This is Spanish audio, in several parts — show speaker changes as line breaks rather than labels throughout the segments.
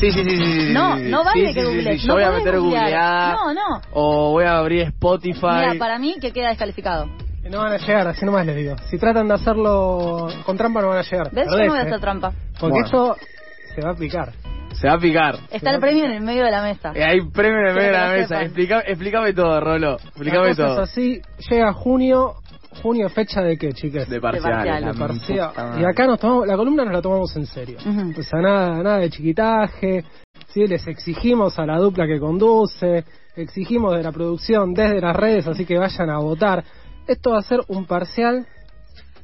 Sí, sí, sí, sí, sí, sí.
No,
sí,
no
sí,
vale
sí,
que
sí, sí,
googlees,
Yo
no
voy a
podés
meter
googlear.
googlear.
No, no.
O voy a abrir Spotify.
Mira, para mí que queda descalificado.
No van a llegar, así nomás les digo. Si tratan de hacerlo con trampa, no van a llegar.
¿Ves? Yo
Perdés,
no voy a
eh.
hacer trampa.
Porque
Bueno.
eso se va a aplicar.
Se va a picar.
Está el premio en el medio de la mesa.
Y hay premio en el
Quiero
medio de
que
la
lo
mesa.
sepan.
Explica- explícame todo, Rolo. Explícame
La cosa
todo.
Es así, llega junio. Junio, fecha de qué, chicas?
De
parcial.
parcial.
La parcial. Y acá nos tomamos, la columna nos la tomamos en serio.
Ujú.
O sea, nada, nada de chiquitaje. ¿sí? Les exigimos a la dupla que conduce, exigimos de la producción desde las redes, así que vayan a votar. Esto va a ser un parcial.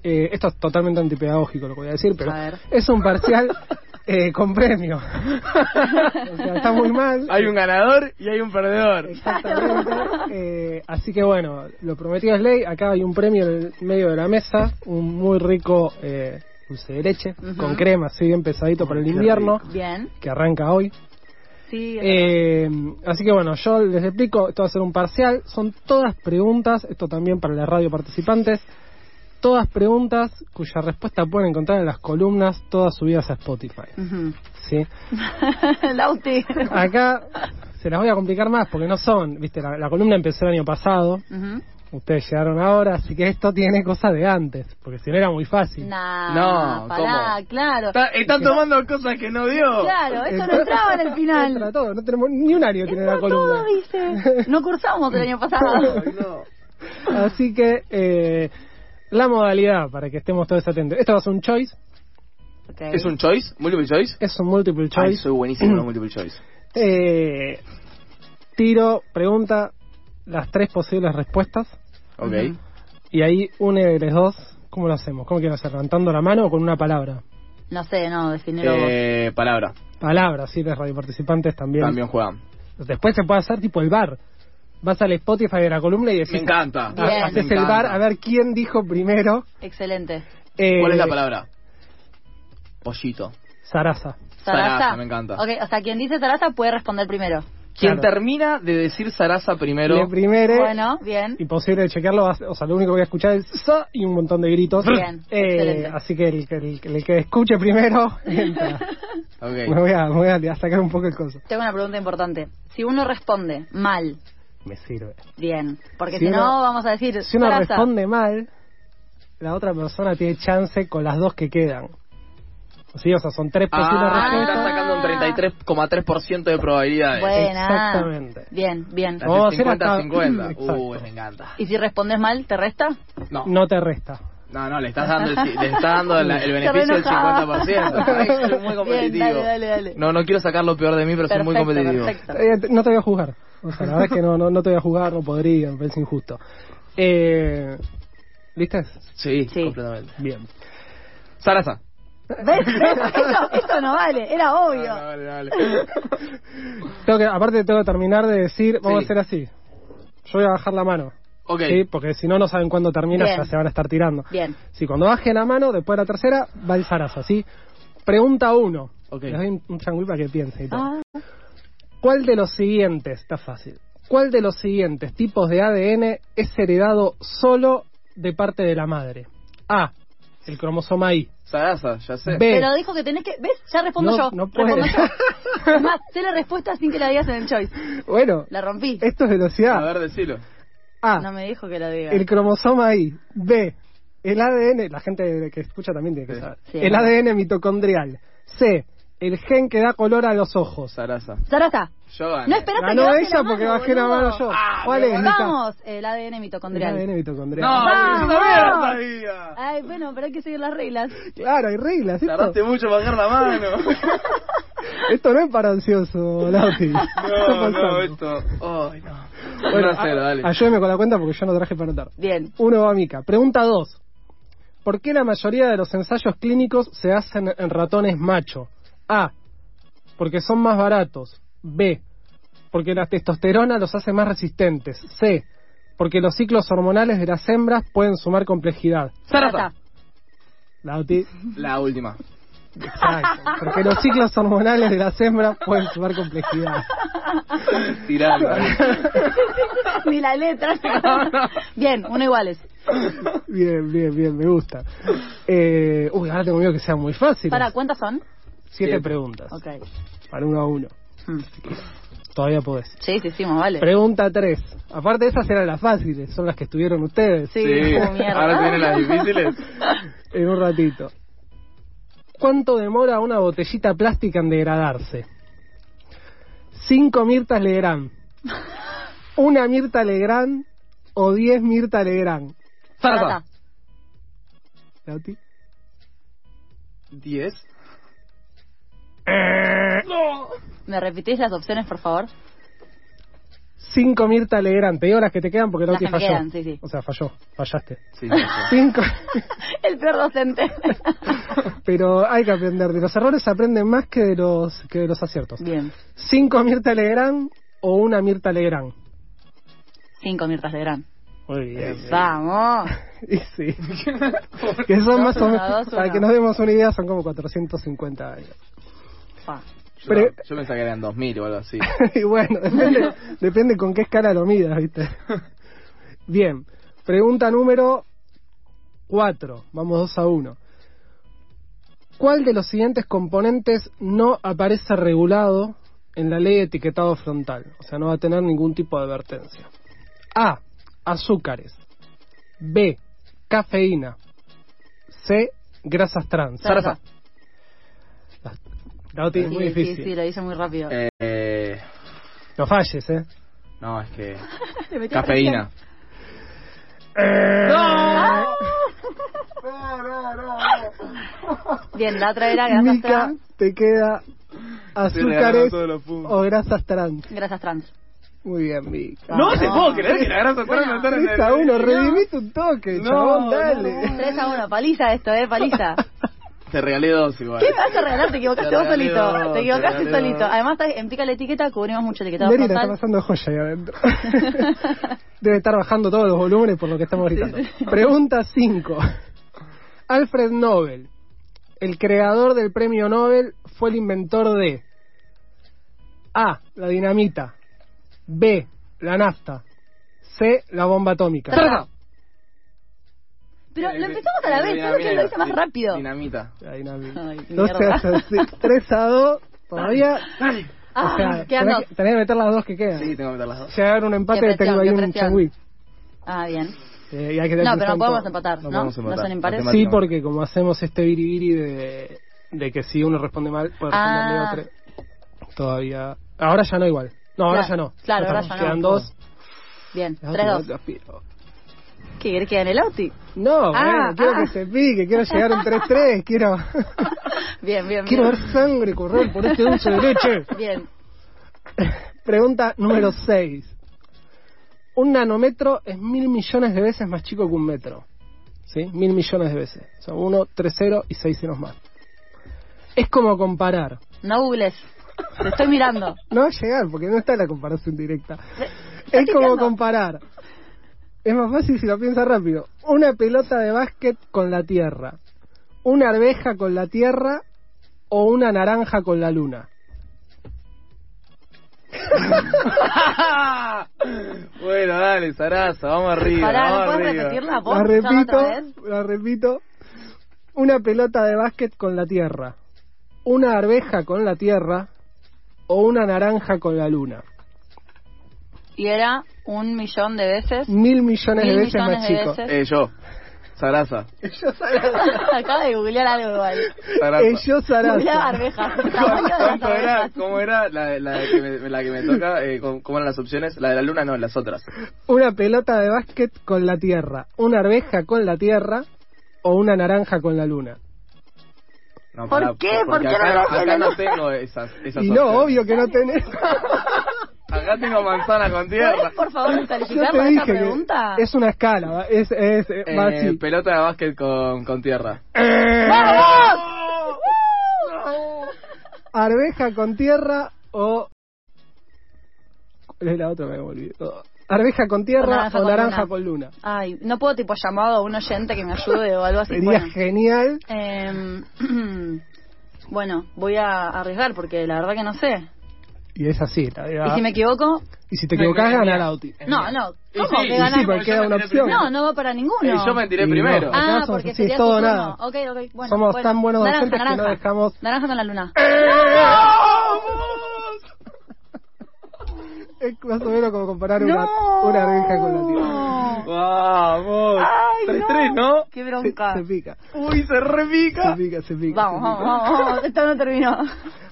eh, esto es totalmente antipedagógico lo que voy a decir, pero
A ver.
es un parcial eh, con premio. o sea, está muy mal.
Hay un ganador y hay un perdedor.
Exactamente. Eh, así que bueno, lo prometido es ley. Acá hay un premio en el medio de la mesa, un muy rico eh, dulce de leche
Ujú.
con crema, así bien pesadito para el
qué
invierno,
Bien.
que arranca hoy.
Sí.
Eh, así que bueno, yo les explico, esto va a ser un parcial, son todas preguntas, esto también para la radio participantes, todas preguntas cuya respuesta pueden encontrar en las columnas, todas subidas a Spotify.
Ujú.
¿sí?
Lauti.
Acá se las voy a complicar más porque no son, viste, la, la columna empezó el año pasado,
Ujú.
Ustedes llegaron ahora, así que esto tiene cosas de antes, porque si no era muy fácil.
Nah,
No,
pará,
¿cómo?
claro.
Está- están tomando cosas que no dio.
Claro, eso no entraba en el
Entra
final.
todo, no tenemos ni un año tiene la
Entra todo,
columna.
dice. No cursamos el año pasado.
Así que eh, la modalidad para que estemos todos atentos. Esto va a ser un choice,
Ok.
¿Es un choice? ¿Multiple choice?
es un multiple
Ay,
choice.
soy buenísimo en los multiple choice.
Eh, tiro, pregunta, las tres posibles respuestas
Ok. Eh,
Ujú.
y ahí une de los dos. ¿Cómo lo hacemos? ¿Cómo quieren hacer? ¿Levantando la mano o con una palabra?
No sé, no, definirlo vos.
Eh, palabra.
Palabra, sí, los radioparticipantes también.
También juegan.
Después se puede hacer tipo el bar. Vas al Spotify de la columna y decís.
Me encanta.
Bien.
Ah,
Me
Haces el
encanta.
bar a ver quién dijo primero.
Excelente.
Eh,
¿Cuál es la palabra? Pollito.
Sarasa.
Sarasa.
Sarasa, me encanta.
Ok, o sea, quien dice Sarasa puede responder primero.
Quien
Claro.
termina de decir Sarasa primero.
Le primere.
Bueno, bien.
Imposible de chequearlo. vas- O sea, lo único que voy a escuchar es sa y un montón de gritos.
Bien,
Eh,
excelente.
así que el, que el- el que escuche primero entra. Me
Ok.
voy, a, me voy a sacar un poco el coso.
Tengo una pregunta importante. Si uno responde mal,
Me sirve.
bien. Porque si,
Si
no,
uno-
vamos a decir
Si uno
Sarasa.
responde mal, la otra persona tiene chance con las dos que quedan. Sí, o sea, son tres posibles
Ah,
respuesta.
está
respuestas.
sacando un 33,3% de probabilidades.
Buena.
Exactamente.
Bien, bien.
Las
Vamos a hacer
de 50
hasta-
50.
Exacto.
Uy, me encanta.
¿Y si respondes mal, te resta?
No, no,
No te resta.
no, le estás dando el, ci- le estás dando la- el
Está
beneficio del
reenojada.
50%. Ay, soy muy competitivo.
Bien, dale, dale, dale.
No, no quiero sacar lo peor de mí, pero soy muy
Perfecto,
competitivo.
perfecto.
Eh, te- no te voy a juzgar. O sea, la verdad es que no, no, no te voy a juzgar, no podría, me parece injusto. Eh, ¿Viste?
Sí,
Sí.
completamente.
Bien.
Sarasa.
¿Ves? Eso, eso no vale, era obvio.
Ah, Dale, dale.
Tengo que, aparte tengo que terminar de decir, vamos
Sí.
a hacer así. Yo voy a bajar la mano.
Ok.
¿sí? Porque si no, no saben cuándo termina,
Bien.
ya se van a estar tirando.
Bien.
Si cuando bajen la mano, después de la tercera, va el zarazo, ¿sí? Pregunta uno.
Ok.
Les doy un, un changüí para que piensen y todo.
Ah,
¿Cuál de los siguientes, está fácil, cuál de los siguientes tipos de ADN es heredado solo de parte de la madre? A, el cromosoma I.
Sarasa, ya sé.
B.
Pero dijo que tenés que. ¿Ves? Ya respondo
No,
yo.
no puede.
respondo yo. Es Más, sé la respuesta sin que la digas en el choice.
Bueno,
La rompí.
esto es
A
velocidad.
ver, decilo.
A,
No me dijo que la diga.
el cromosoma I. B, el ADN, la gente que escucha también tiene que
Sí.
saber.
Sí.
el ADN mitocondrial. C, el gen que da color a los ojos.
Sarasa.
Sarasa,
Yo gané.
no esperaste que
Ganó
baje
ella
la
porque
mano,
bajé la mano
boludo.
yo.
Ah,
¿Cuál es? Mica?
Vamos, eh, el ADN
El
mitocondrial.
ADN mitocondrial.
No,
Vamos.
yo también lo sabía.
Ay, bueno, pero hay que seguir las reglas.
Claro, hay reglas. Esto,
Tardaste mucho en bajar la mano.
esto no es para ansioso, Lauti.
No, no, esto. Ay, no. Bueno,
a-
dale.
Ayúdeme con la cuenta porque yo no traje para anotar.
Bien.
Uno va a Mica. Pregunta dos. ¿Por qué la mayoría de los ensayos clínicos se hacen en ratones macho? A. Porque son más baratos. B. porque la testosterona los hace más resistentes. C, porque los ciclos hormonales de las hembras pueden sumar complejidad.
Zarata.
Lauti.
La última.
Exacto. Porque los ciclos hormonales de las hembras pueden sumar complejidad.
Tirando.
Ni la letra. Bien, uno iguales.
Bien, bien, bien, me gusta. Eh, uy, ahora tengo miedo que sea muy fácil.
Para, ¿cuántas son?
Siete
Siete.
preguntas.
Ok.
Para uno a uno.
Hmm.
Todavía podés.
Sí, sí, sí, más vale.
Pregunta 3. Aparte, esas eran las fáciles, son las que estuvieron ustedes
Sí, oh, mierda.
Ahora vienen las difíciles.
en un ratito. ¿Cuánto demora una botellita plástica en degradarse? ¿Cinco Mirtas Legrand? ¿Una Mirta Legrand o diez Mirta Legrand?
Zarata.
Lauti.
Diez.
¿Me repetís las opciones, por favor?
Cinco Mirta Legrand. Te digo las que te quedan porque
Las
Lauti
que me
falló.
quedan, sí, sí.
O sea, falló, fallaste.
Sí.
Cinco...
El peor docente.
Pero hay que aprender. De los errores se aprenden más que de los, que de los aciertos.
Bien.
¿Cinco Mirta Legrand o una Mirta Legrand?
Cinco Mirtas de Gran.
Muy bien.
Vamos.
Y sí. que son más o
Dos,
menos,
una, dos,
para
una.
que nos demos una idea, son como 450 años.
Pa.
Yo,
Pero-
yo pensaba que eran dos mil o algo así.
y bueno, depende, depende con qué escala lo midas, ¿viste? Bien, pregunta número 4. Vamos 2 a 1. ¿Cuál de los siguientes componentes no aparece regulado en la ley de etiquetado frontal? O sea, no va a tener ningún tipo de advertencia. A. Azúcares. B. Cafeína. C. Grasas trans.
Zarza.
La
Sí,
es
sí,
muy difícil.
sí, lo hice muy rápido.
Eh,
No falles, ¿eh?
no, es que.
Le metí
Cafeína.
presión. Bien, la otra era grasas
Mica,
trans.
te queda
regalando
azúcares
todos los puntos.
o grasas trans.
Grasas trans.
Muy bien, Mica.
No te puedo creer que la grasa
Bueno,
trans está en el-
Tres a uno, redimite un toque,
No,
chabón,
no,
dale.
3 a 1, paliza esto, eh, paliza.
Te regalé dos igual.
¿Qué me vas a regalar? Te equivocaste vos
Te regalé
solito.
dos,
Te
te
equivocaste
regalé
solito.
dos.
Además, está- en pica la etiqueta cubrimos mucho etiquetado
Neri la está
frontal.
pasando joya ahí adentro. Debe estar bajando todos los volúmenes por lo que estamos gritando. Pregunta 5. Alfred Nobel, el creador del premio Nobel, fue el inventor de A. La dinamita. B. La nafta. C. La bomba atómica.
Zarra. Pero lo empezamos a la vez, yo creo que lo hice más
Dinamita.
rápido.
Dinamita.
La dinamita.
Ay,
No seas
mierda.
así. 3 a 2. Todavía. O sea,
Ah, quedan
tenés,
dos.
que- tenés que meter las dos que quedan.
Sí, tengo que meter las dos.
Llegar a un empate
Qué
te tengo
presión,
ahí
qué
un
presión.
changüí.
Ah, bien.
Eh, y hay que
No, pero
tener
no
tanto-
podemos empatar,
no
¿no? No
podemos empatar.
son impares.
Matemáticas.
Sí, porque como hacemos este biribiri de, de que si uno responde mal, puede responderle
Ah.
otro. Todavía. Ahora ya no igual. No, ahora ya
Claro,
no.
claro, ahora
estamos.
ya no.
Quedan dos.
Bien,
La
3
otra,
2.
la piro.
¿Qué querés que gane el Auti? Ah,
No, bueno, quiero
ah.
que se pique, quiero llegar a un 3-3, quiero,
Bien, bien, bien.
quiero ver sangre correr por este dulce de leche.
Bien.
Pregunta número 6. Un nanómetro es mil millones de veces más chico que un metro. ¿Sí? Mil millones de veces. O sea, uno, tres cero y seis ceros más. Es como comparar.
No googles. Te estoy mirando.
No va a llegar porque no está la comparación directa.
está
Es como
picando.
comparar. Es más fácil si lo piensas rápido. Una pelota de básquet con la tierra. Una arveja con la tierra o una naranja con la luna.
Bueno, dale, Sarasa, vamos arriba.
Pará, ¿no
vamos
puedes
arriba.
repetirla? ¿Puedo
La
escucharla
repito,
otra vez?
la repito. Una pelota de básquet con la tierra. Una arveja con la tierra. O una naranja con la luna.
Y era un millón de veces.
Mil millones
Mil
de veces
millones
más
de
chico.
veces.
Eh, yo. Sarasa.
Acaba de googlear algo igual.
Sarasa.
Ellos
Googleaba
harán.
arvejas. Tamaño de las
¿Cuánto era?
arvejas.
¿Cómo era la, la, que me, la que me toca? Eh, ¿cómo, cómo eran las opciones? La de la luna, no, las otras.
Una pelota de básquet con la tierra. Una arveja con la tierra. O una naranja con la luna.
No,
¿Por
pará,
qué? ¿Por
porque
qué
acá,
no lo
acá no
tenemos?
tengo esas, esas
Y no,
opciones.
obvio que no tenés.
Acá tengo manzana con tierra.
¿Podés, por favor,
Yo
descalificar
te
por esta
dije que
pregunta?
es una escala. va, Es, es, eh, va
Eh,
así.
pelota de básquet con, con tierra.
¡Vamos!
Arveja con tierra o es la otra me olvidé. Oh. Arveja con tierra o naranja con luna.
Ay, no puedo tipo llamado a un oyente que me ayude o algo así.
Sería
bueno.
genial.
Em, bueno, voy a arriesgar porque la verdad que no sé.
Y es así, la
Y
verdad.
si me equivoco,
Y si te Eh, equivocas,
No,
ganar Auti.
Este, no, no.
Y
¿Cómo
sí,
que
y
ganamos?
sí, porque queda una opción.
No, no va para ninguno.
Y Eh, yo me tiré
Y
primero.
no.
Ah,
Acá somos
porque
así,
sería
es
tu
todo
turno.
nada.
Ok, ok, bueno,
Somos
bueno.
tan buenos
naranja,
docentes que no
naranja.
dejamos-
Naranja con la luna.
Es más o menos como comparar una,
No.
una arveja con la tierra.
Vamos.
Ay,
3-3, ¿no?
Qué bronca.
Se pica,
Uy, se
se
repica.
pica, se pica.
Vamos, vamos, vamos, vamos. Esto no terminó.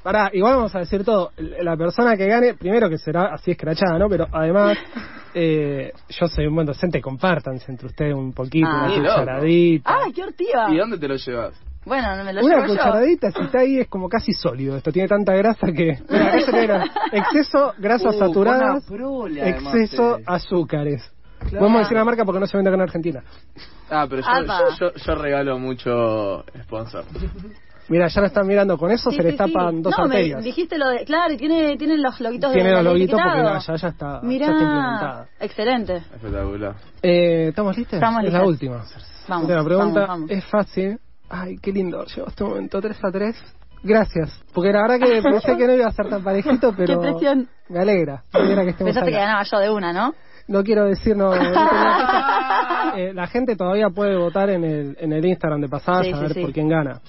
Pará, igual vamos a decir todo. La persona que gane, primero que será así escrachada, ¿no? Pero además, eh, yo soy un buen docente, compártanse entre ustedes un poquito,
Ah.
una
Sí, loco.
cucharadita.
Ay, qué hortiva.
¿Y dónde te lo llevas?
Bueno, me Ah, lo
Una
llevo yo.
cucharadita, si está ahí, es como casi sólido. Esto tiene tanta grasa que. Bueno, eso que era Exceso, grasas
Uh, buena
saturadas,
prole, además,
exceso,
eh.
azúcares.
Claro.
Vamos a decir la marca porque no se vende acá en Argentina.
Ah, pero yo,
Apa.
yo, yo, yo regalo mucho sponsor.
Mira, ya lo están mirando con eso,
Sí,
se le
sí,
tapan
sí.
dos
no, me
arterias.
dijiste lo de... Claro, y tiene, tienen los loguitos
Tiene
de
los
del
loguitos porque
etiquetado.
no, ya, ya está, ya
Mirá.
está implementada.
Excelente.
Espectacular.
Eh, ¿Estamos listos?
Estamos
es la
listas.
última.
Vamos,
Última pregunta
vamos, vamos.
es fácil. Ay, qué lindo. Llegó este momento 3 a 3. Gracias. Porque la verdad que pensé que no iba a ser tan parejito, pero.
Qué presión.
Me alegra. Me alegra que estemos
Pensaste que
acá.
ganaba yo de una, ¿no?
No quiero decir, no. no tengo- Eh, la gente todavía puede votar en el, en el Instagram de pasada
Sí,
a
sí,
ver
sí.
por quién gana.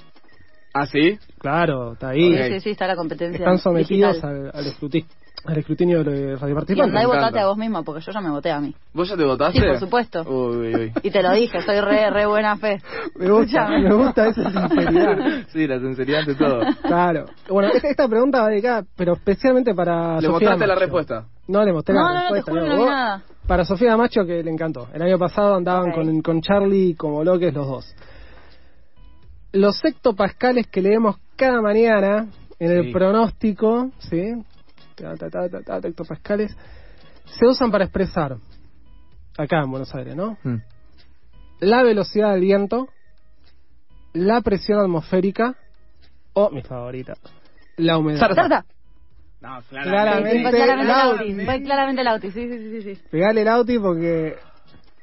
¿Ah, sí?
Claro, está ahí.
Sí,
Ok.
sí, sí, está la competencia.
Están sometidos
digital.
al, al escruti- al escrutinio de los
Y andá y
radioparticipantes.
Me encanta.
votate a vos misma, porque yo ya me voté a mí.
¿Vos ya te votaste?
Sí, por supuesto.
Uy, uy, uy.
Y te lo dije, soy re, re buena fe.
Me gusta,
Escuchame.
me gusta esa sinceridad.
sí, la sinceridad ante todo.
Claro. Bueno, esta, esta pregunta va dedicada, pero especialmente para
¿Le
Sofía
mostraste la
Macho.
respuesta?
No le mostré
No,
la
no, no, te
respuesta.
juro que no
¿no?
vi nada.
Para Sofía Macho, que le encantó. El año pasado andaban
Ok.
con, con Charlie y como loques los dos. Los hectopascales que leemos cada mañana en el
Sí.
pronóstico, ¿sí? Ta, ta, ta, ta, ta, hectopascales, se usan para expresar, acá en Buenos Aires, ¿no? La velocidad del viento, la presión atmosférica o, mi favorita, la humedad.
Tarta.
No,
Claramente.
Fue claramente
Lauti.
Lauti. Fue claramente Lauti, sí, sí, sí, sí, sí.
Pegale el auti porque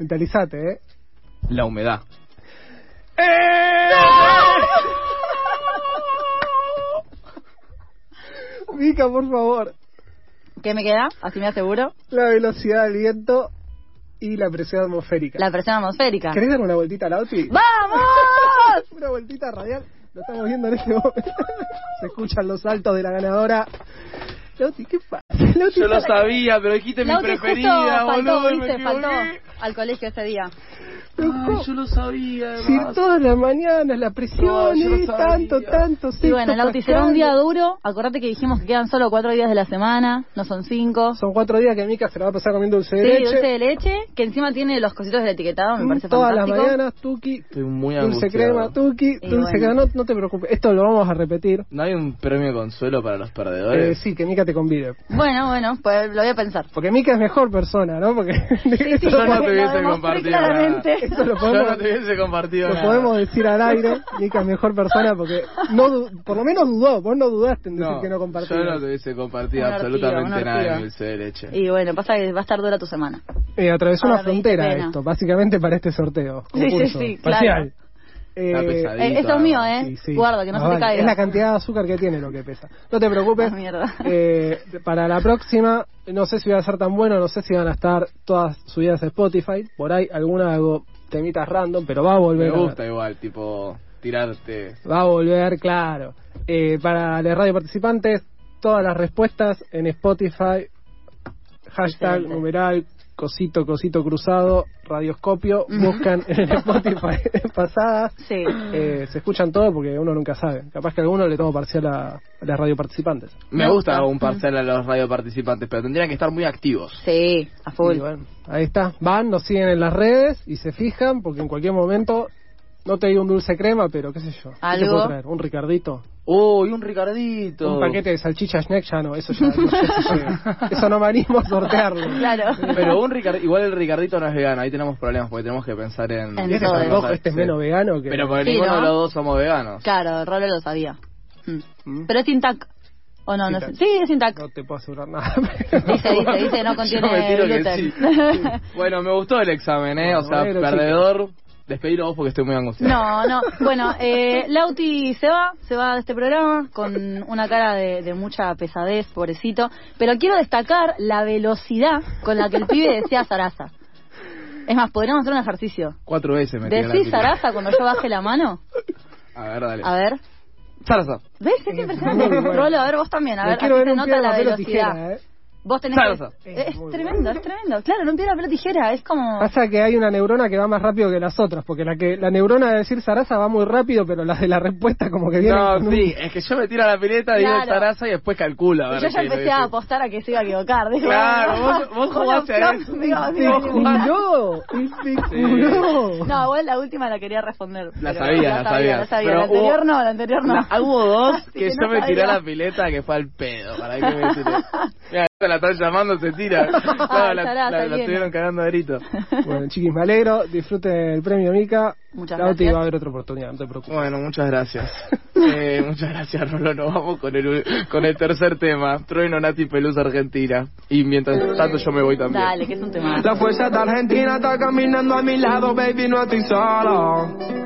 mentalizate, ¿eh?
La humedad.
Mica, por favor.
¿Qué me queda? Así me aseguro.
La velocidad del viento y la presión atmosférica.
La presión atmosférica.
¿Querés dar una vueltita al auti?
¡Vamos!
Una vueltita radial. Lo estamos viendo en este momento. Se escuchan los saltos de la ganadora. Lauti, ¿qué pasa? Lauti
Yo lo
está-
sabía, pero dijiste mi
Lauti
preferida,
justo faltó,
boludo. y me
viste, faltó
equivoqué.
al colegio ese día.
Pero ¿cómo?
Ay, yo lo sabía,
Si
además.
todas las mañanas la presión
No, yo lo
es
sabía.
tanto, tanto.
Y bueno, Lauti será un
hectopascales.
día duro. Acordate que dijimos que quedan solo cuatro días de la semana, no son cinco.
Son cuatro días que Mica se la va a pasar comiendo
Sí,
dulce de leche. Mm,
dulce de leche, que encima tiene los cositos del etiquetado,
Mm,
me parece
Todas
fantástico.
las mañanas, Tuki.
Estoy muy
Dulce
angustiado.
crema, Tuki.
Y
dulce
bueno.
crema, no, no te preocupes. Esto lo vamos a repetir.
¿No hay un premio consuelo para los
Eh,
perdedores?
sí, que Mica te convide.
Bueno, bueno, pues lo voy a pensar.
Porque Mica es mejor persona, ¿no? Porque
Yo
esto,
no
porque
te
lo
hubiese
demostré
compartido
claramente.
nada.
esto lo
Yo
podemos,
no te hubiese compartido
lo
nada.
podemos decir al aire. Mica es mejor persona porque no du- por lo menos dudó. Vos no dudaste en decir
No,
que no compartías.
Yo no te hubiese compartido
Un ortigo,
absolutamente
un
nada en
ortigo.
dulce de leche.
Y bueno, pasa que va a estar dura tu semana.
Eh, atravesó
Ahora
una
me diste
frontera
Ah, pena.
esto, básicamente para este sorteo.
Sí, sí,
concurso,
sí,
parcial.
Está
Eh,
pesadito,
Eh, esto es mío, ¿eh?
Sí, sí.
Guarda, que no
Ah,
se te
vale.
caiga.
Es la cantidad de azúcar que tiene lo que pesa. No te preocupes.
Ah, mierda.
Eh, para la próxima, no sé si va a ser tan bueno, no sé si van a estar todas subidas a Spotify. Por ahí alguna hago temitas random, pero va a
Me
volver. a-
gusta igual, tipo, tirarte.
va a volver, claro. Eh, para la radio participantes, todas las respuestas en Spotify. Hashtag
Excelente.
numeral cosito cosito cruzado radioscopio
Ujú.
buscan en Spotify pasadas
Sí.
eh, se escuchan todo porque uno nunca sabe. Capaz que a alguno le tomo parcial a, a las radioparticipantes.
Me
Me
gusta
gusta.
un parcial a los radioparticipantes, pero tendrían que estar muy activos.
Sí, a full.
Y bueno, ahí está. Van, nos siguen en las redes y se fijan porque en cualquier momento no te digo un dulce crema, pero qué sé yo. ¿Qué te
Algo.
puedo traer? ¿Un Ricardito?
Uy, un Ricardito.
¿Un paquete de salchichas Schneck? Ya no, eso ya no, ya se llega. Eso no me animo a sortearlo.
Claro.
Pero un Ricard... igual el Ricardito no es vegano, ahí tenemos problemas porque tenemos que pensar en...
En
Y este
todo.
tampoco,
Sí.
este es menos vegano que...
Pero porque
Sí,
ninguno
¿no?
de los dos somos veganos.
Claro, Rolo lo sabía. Mm.
Mm.
Pero es sin tac. O no, no
Sin
sé.
tac.
Sí, es sin tac.
No te puedo asegurar nada.
Dice, dice, dice, no contiene
Yo me tiro que
gluten.
sí. Bueno, me gustó el examen, ¿eh? O sea,
Bueno,
perdedor. Despedilo vos porque estoy muy angustiado.
No, no. Bueno, eh, Lauti se va, se va de este programa con una cara de, de mucha pesadez, pobrecito. Pero quiero destacar la velocidad con la que el pibe decía Sarasa. Es más, podríamos hacer un ejercicio.
Cuatro veces me tiré la
¿Decís
tira.
Sarasa cuando yo baje la mano?
A ver, dale.
A ver.
Sarasa.
¿Ves? Es impresionante.
Muy bueno.
Rolo, a ver vos también. A
Me
ver,
quiero
aquí
ver
se
un
nota
piedra,
la
papel o
velocidad.
tijera, ¿eh?
Vos tenés
Salsa.
que...
Es
Es,
muy
tremendo, es tremendo. Claro, no un piedra, papel o tijera. Es como...
Pasa que hay una neurona que va más rápido que las otras, porque la que la neurona de decir zaraza va muy rápido, pero las de la respuesta como que vienen
No,
con un-
sí, es que yo me tiro a la pileta, digo
Claro.
Sarasa y después calculo. A ver
yo ya
qué
empecé
es.
a apostar a que se iba a equivocar. Dije,
Claro, vos- vos
Con
jugaste a
opción,
eso.
digo,
Sí,
digo,
vos
mira.
jugaste.
¡No! ¡No!
No, igual la última la quería responder.
La
pero
sabía, la sabía.
La sabía,
Pero
la anterior
hubo-
no, la anterior no.
La- hubo dos
Así
que yo
no
me tiré a la
sabía.
pileta que fue al pedo. ¿Para qué me tiré? Mira, esta la están llamando, se tira. No,
Ay,
la,
Sarasa,
la- la
viene.
estuvieron cagando a grito.
Bueno, chiquis, me alegro. Disfruten el premio Mica.
Muchas
Lauti
gracias.
va a haber otra oportunidad, no te preocupes.
Bueno, muchas gracias. Eh, muchas gracias, Rolo. Nos vamos con el, u- con el tercer tema. Trueno, Nati, Pelusa, Argentina. Y mientras tanto yo me voy también.
Dale, que es un tema.
La fuerza de Argentina está caminando a mi lado, baby, no estoy solo.